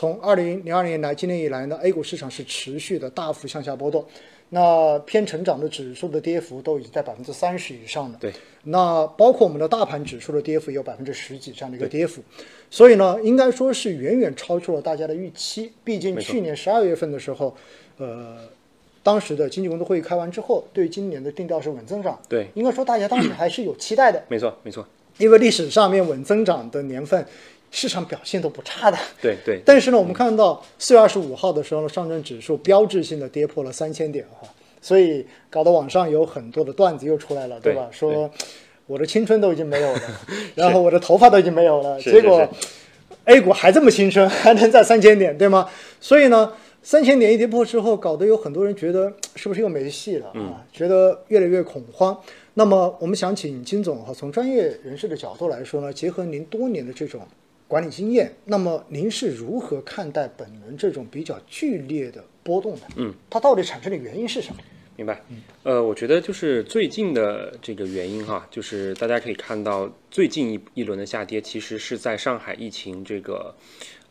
从二零零二年来今年以来呢，A 股市场是持续的大幅向下波动，那偏成长的指数的跌幅都已经在百分之三十以上了。对，那包括我们的大盘指数的跌幅也有百分之十几这样的一个跌幅，所以呢，应该说是远远超出了大家的预期。毕竟去年十二月份的时候，呃。当时的经济工作会议开完之后，对今年的定调是稳增长。对应该说大家当时还是有期待的，没错，没错，因为历史上面稳增长的年份，市场表现都不差的。对对但是呢，我们看到四月二十五号的时候呢，上证指数标志性的跌破了三千点哈，所以搞得网上有很多的段子又出来了，对吧？对说我的青春都已经 没有了，然后我的头发都已经没有了，是结是果是 A 股还这么青春，还能在三千点，对吗？所以呢，三千点一跌破之后，搞得有很多人觉得是不是又没戏了啊？嗯觉得越来越恐慌。那么我们想请金总哈，从专业人士的角度来说呢，结合您多年的这种管理经验，那么您是如何看待本轮这种比较剧烈的波动的？嗯，它到底产生的原因是什么？明白。呃，我觉得就是最近的这个原因哈，就是大家可以看到，最近一一轮的下跌其实是在上海疫情这个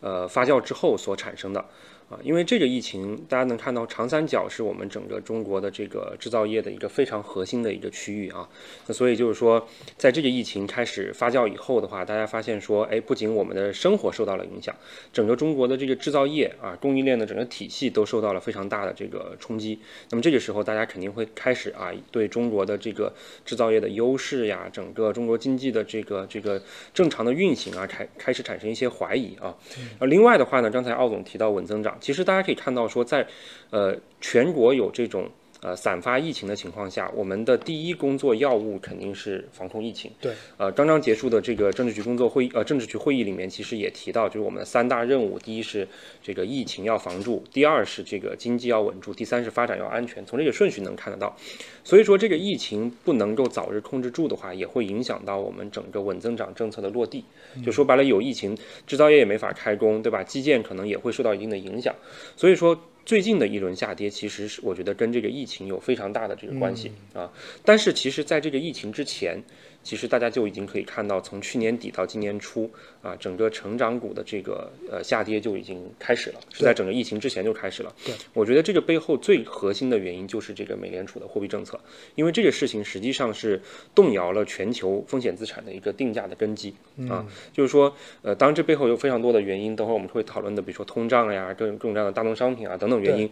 呃发酵之后所产生的。啊，因为这个疫情，大家能看到长三角是我们整个中国的这个制造业的一个非常核心的一个区域啊。那所以就是说，在这个疫情开始发酵以后的话，大家发现说，哎，不仅我们的生活受到了影响，整个中国的这个制造业啊，供应链的整个体系都受到了非常大的这个冲击。那么这个时候，大家肯定会开始啊，对中国的这个制造业的优势呀，整个中国经济的这个这个正常的运行啊，开开始产生一些怀疑啊。而另外的话呢，刚才奥总提到稳增长，其实大家可以看到说在，呃全国有这种。呃，散发疫情的情况下，我们的第一工作要务肯定是防控疫情。对，呃，刚刚结束的这个政治局工作会议，呃，政治局会议里面其实也提到，就是我们的三大任务：第一是这个疫情要防住，第二是这个经济要稳住，第三是发展要安全。从这个顺序能看得到，所以说这个疫情不能够早日控制住的话，也会影响到我们整个稳增长政策的落地。就说白了，有疫情，制造业也没法开工，对吧？基建可能也会受到一定的影响。所以说，最近的一轮下跌，其实是我觉得跟这个疫情有非常大的这个关系、啊。但是其实在这个疫情之前，其实大家就已经可以看到，从去年底到今年初啊，整个成长股的这个呃下跌就已经开始了，是在整个疫情之前就开始了。对，我觉得这个背后最核心的原因就是这个美联储的货币政策，因为这个事情实际上是动摇了全球风险资产的一个定价的根基啊。就是说，呃，当然这背后有非常多的原因，等会儿我们会讨论的，比如说通胀呀、各种各种各样的大宗商品啊等等原因，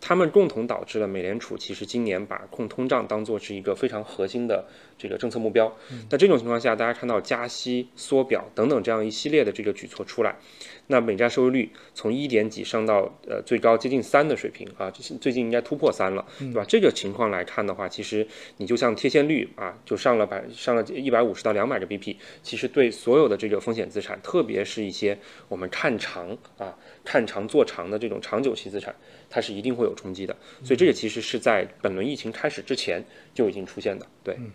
他们共同导致了美联储其实今年把控通胀当做是一个非常核心的这个政策目标。那这种情况下，大家看到加息、缩表等等这样一系列的这个举措出来，那美债收益率从一点几上到呃最高接近三的水平啊，这是最近应该突破三了，对吧？这个情况来看的话，其实你就像贴现率啊，就上了百上了一百五十到两百个 BP，其实对所有的这个风险资产，特别是一些我们看长啊、看长做长的这种长久期资产，它是一定会有冲击的。所以这个其实是在本轮疫情开始之前就已经出现的，对。嗯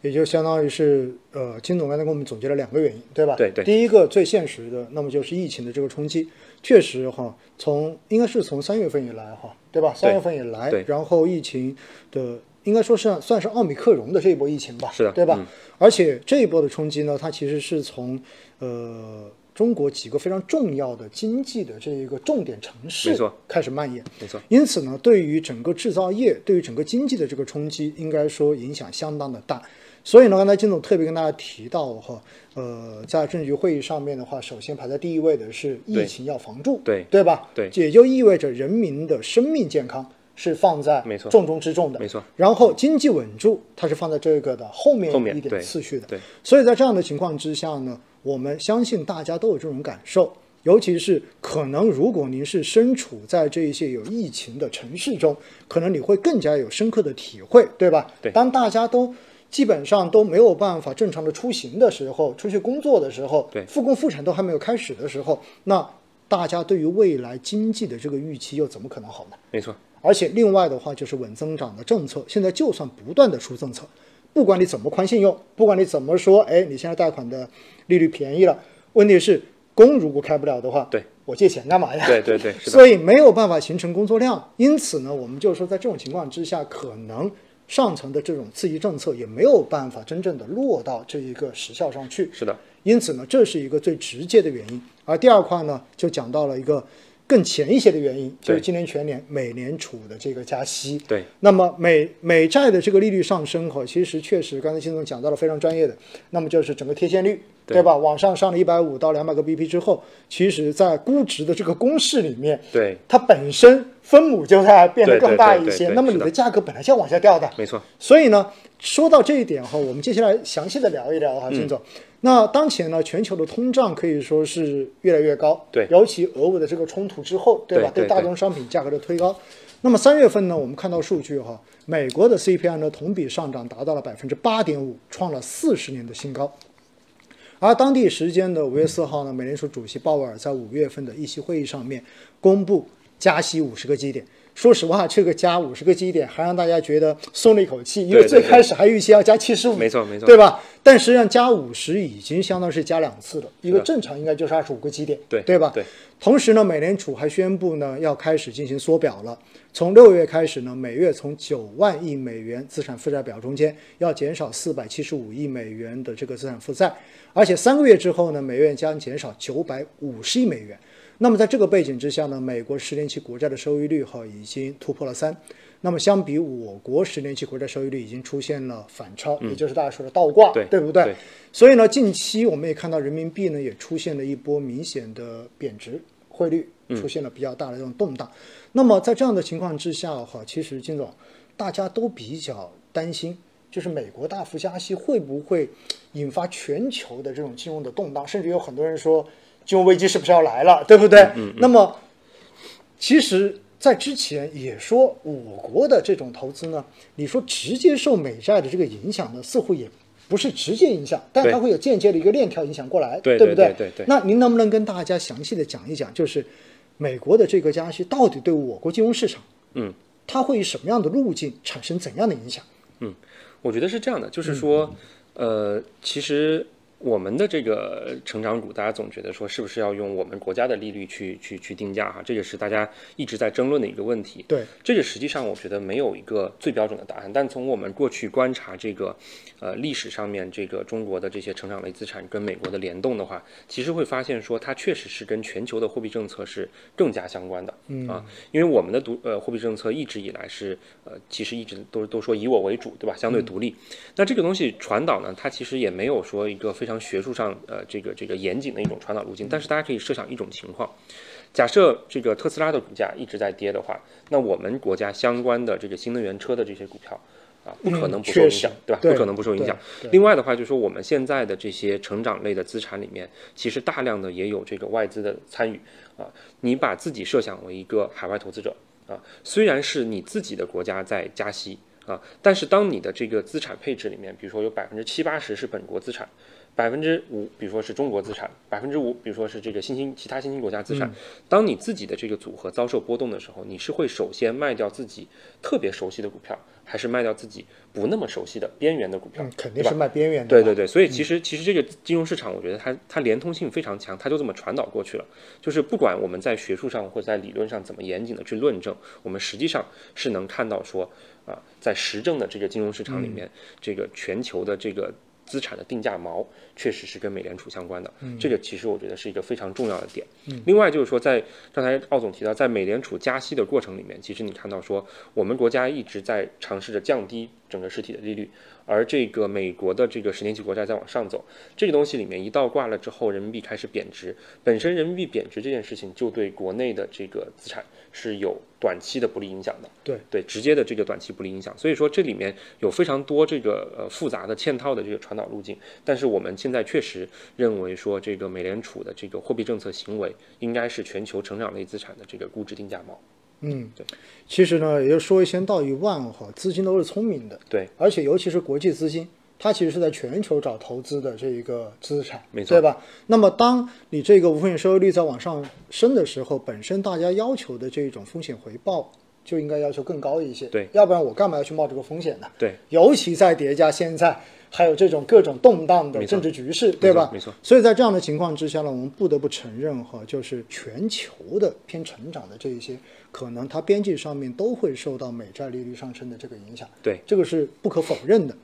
也就相当于是呃，金总刚才给我们总结了两个原因，对吧？对对第一个最现实的，那么就是疫情的这个冲击，确实哈，从应该是从三月份以来哈，对吧？三月份以来对，然后疫情的应该说是算是奥密克戎的这一波疫情吧，是的嗯对吧？而且这一波的冲击呢，它其实是从呃。中国几个非常重要的经济的这一个重点城市没错开始蔓延，没错，因此呢，对于整个制造业、对于整个经济的这个冲击，应该说影响相当的大。所以呢，刚才金总特别跟大家提到哈，呃，在政治局会议上面的话，首先排在第一位的是疫对情要防住，对对吧？对也就意味着人民的生命健康是放在没错重中之重的，没错。然后经济稳住，它是放在这个的后面后面一点对次序的，对所以在这样的情况之下呢，我们相信大家都有这种感受，尤其是可能如果您是身处在这一些有疫情的城市中，可能你会更加有深刻的体会，对吧？对当大家都。基本上都没有办法正常的出行的时候，出去工作的时候，对复工复产都还没有开始的时候，那大家对于未来经济的这个预期又怎么可能好呢？没错，而且另外的话就是稳增长的政策，现在就算不断的出政策，不管你怎么宽信用，不管你怎么说，哎，你现在贷款的利率便宜了，问题是工如果开不了的话，对，我借钱干嘛呀？对对对，是的。所以没有办法形成工作量。因此呢，我们就说在这种情况之下，可能上层的这种刺激政策也没有办法真正的落到这一个实效上去。是的，因此呢，这是一个最直接的原因。而第二块呢，就讲到了一个更前一些的原因，就是对今年全年美联储的这个加息。对，那么美美债的这个利率上升哈，其实确实刚才金总讲到了非常专业的，那么就是整个贴现率，对吧？往上上了一百五到两百个 BP 之后，其实在估值的这个公式里面，对，它本身分母就在变得对对更大对一对些，对那么你是的的价格本来就要往下掉的。没错，所以呢，说到这一点哈，我们接下来详细的聊一聊嗯哈，金总。那当前呢，全球的通胀可以说是越来越高，对尤其俄乌的这个冲突之后，吧？对对大宗商品价格的推高。那么三月份呢，我们看到数据哈，美国的 CPI 呢同比上涨达到了百分之八点五，创了四十年的新高。而当地时间的五月四号呢，美联储主席鲍威尔在五月份的议息会议上面公布加息五十个基点。说实话，这个加五十个基点还让大家觉得松了一口气，因为对对最对开始还预期要加七十五，没错没错对吧？但实际上加五十已经相当是加两次了，一个是的正常应该就是二十五个基点，对对吧？对。同时呢，美联储还宣布呢要开始进行缩表了。从六月开始呢，每月从九万亿美元资产负债表中间要减少四百七十五亿美元的这个资产负债，而且三个月之后呢，每月将减少九百五十亿美元。那么在这个背景之下呢，美国十年期国债的收益率哈已经突破了三，那么相比我国十年期国债收益率已经出现了反超，也就是大家说的倒挂，嗯对不对所以呢，近期我们也看到人民币呢也出现了一波明显的贬值，汇率出现了比较大的这种动荡。那么在这样的情况之下哈，其实金总大家都比较担心，就是美国大幅加息会不会引发全球的这种金融的动荡，甚至有很多人说金融危机是不是要来了，对不对？那么其实，在之前也说我国的这种投资呢，你说直接受美债的这个影响呢，似乎也不是直接影响，但对它会有间接的一个链条影响过来，对不对对对对对那您能不能跟大家详细的讲一讲，就是美国的这个加息到底对我国金融市场，嗯，它会以什么样的路径产生怎样的影响？我觉得是这样的，就是说，呃，其实我们的这个成长股，大家总觉得说是不是要用我们国家的利率去去去定价哈、这也是大家一直在争论的一个问题。对，这个实际上我觉得没有一个最标准的答案，但从我们过去观察这个，呃，历史上面这个中国的这些成长类资产跟美国的联动的话，其实会发现说它确实是跟全球的货币政策是更加相关的、啊，因为我们的独呃货币政策一直以来是呃其实一直都都说以我为主，对吧？相对独立，那这个东西传导呢，它其实也没有说一个非常学术上呃这个这个严谨的一种传导路径，但是大家可以设想一种情况。假设这个特斯拉的股价一直在跌的话，那我们国家相关的这个新能源车的这些股票啊，不可能不受嗯确影实响，对吧？对不可能不受影响。另外的话，就是说我们现在的这些成长类的资产里面，其实大量的也有这个外资的参与啊。你把自己设想为一个海外投资者啊，虽然是你自己的国家在加息啊，但是当你的这个资产配置里面，比如说有百分之七八十是本国资产，百分之五，比如说是中国资产，百分之五，比如说是这个新兴其他新兴国家资嗯产。当你自己的这个组合遭受波动的时候，你是会首先卖掉自己特别熟悉的股票，还是卖掉自己不那么熟悉的边缘的股票？嗯，肯定对吧是卖边缘的，对对对，所以其实其实这个金融市场，我觉得它它连通性非常强，它就这么传导过去了。就是不管我们在学术上或者在理论上怎么严谨的去论证，我们实际上是能看到说啊、在实证的这个金融市场里面，这个全球的这个。资产的定价锚确实是跟美联储相关的，这个其实我觉得是一个非常重要的点。另外就是说，在刚才奥总提到，在美联储加息的过程里面，其实你看到说，我们国家一直在尝试着降低整个实体的利率，而这个美国的这个十年期国债在往上走，这个东西里面一倒挂了之后，人民币开始贬值，本身人民币贬值这件事情就对国内的这个资产是有短期的不利影响的，对对，直接的这个短期不利影响。所以说这里面有非常多这个呃复杂的嵌套的这个传导路径，但是我们现在确实认为说这个美联储的这个货币政策行为应该是全球成长类资产的这个估值定价锚，嗯对，其实呢，也就是说一千道一万哈，资金都是聪明的，对，而且尤其是国际资金，它其实是在全球找投资的这一个资产，没错对吧？那么当你这个无风险收益率在往上升的时候，本身大家要求的这种风险回报就应该要求更高一些，对要不然我干嘛要去冒这个风险呢？对，尤其在叠加现在还有这种各种动荡的没错政治局势，对吧？没错没错所以在这样的情况之下呢，我们不得不承认哈，就是全球的偏成长的这一些，可能它边际上面都会受到美债利率上升的这个影响，对这个是不可否认的。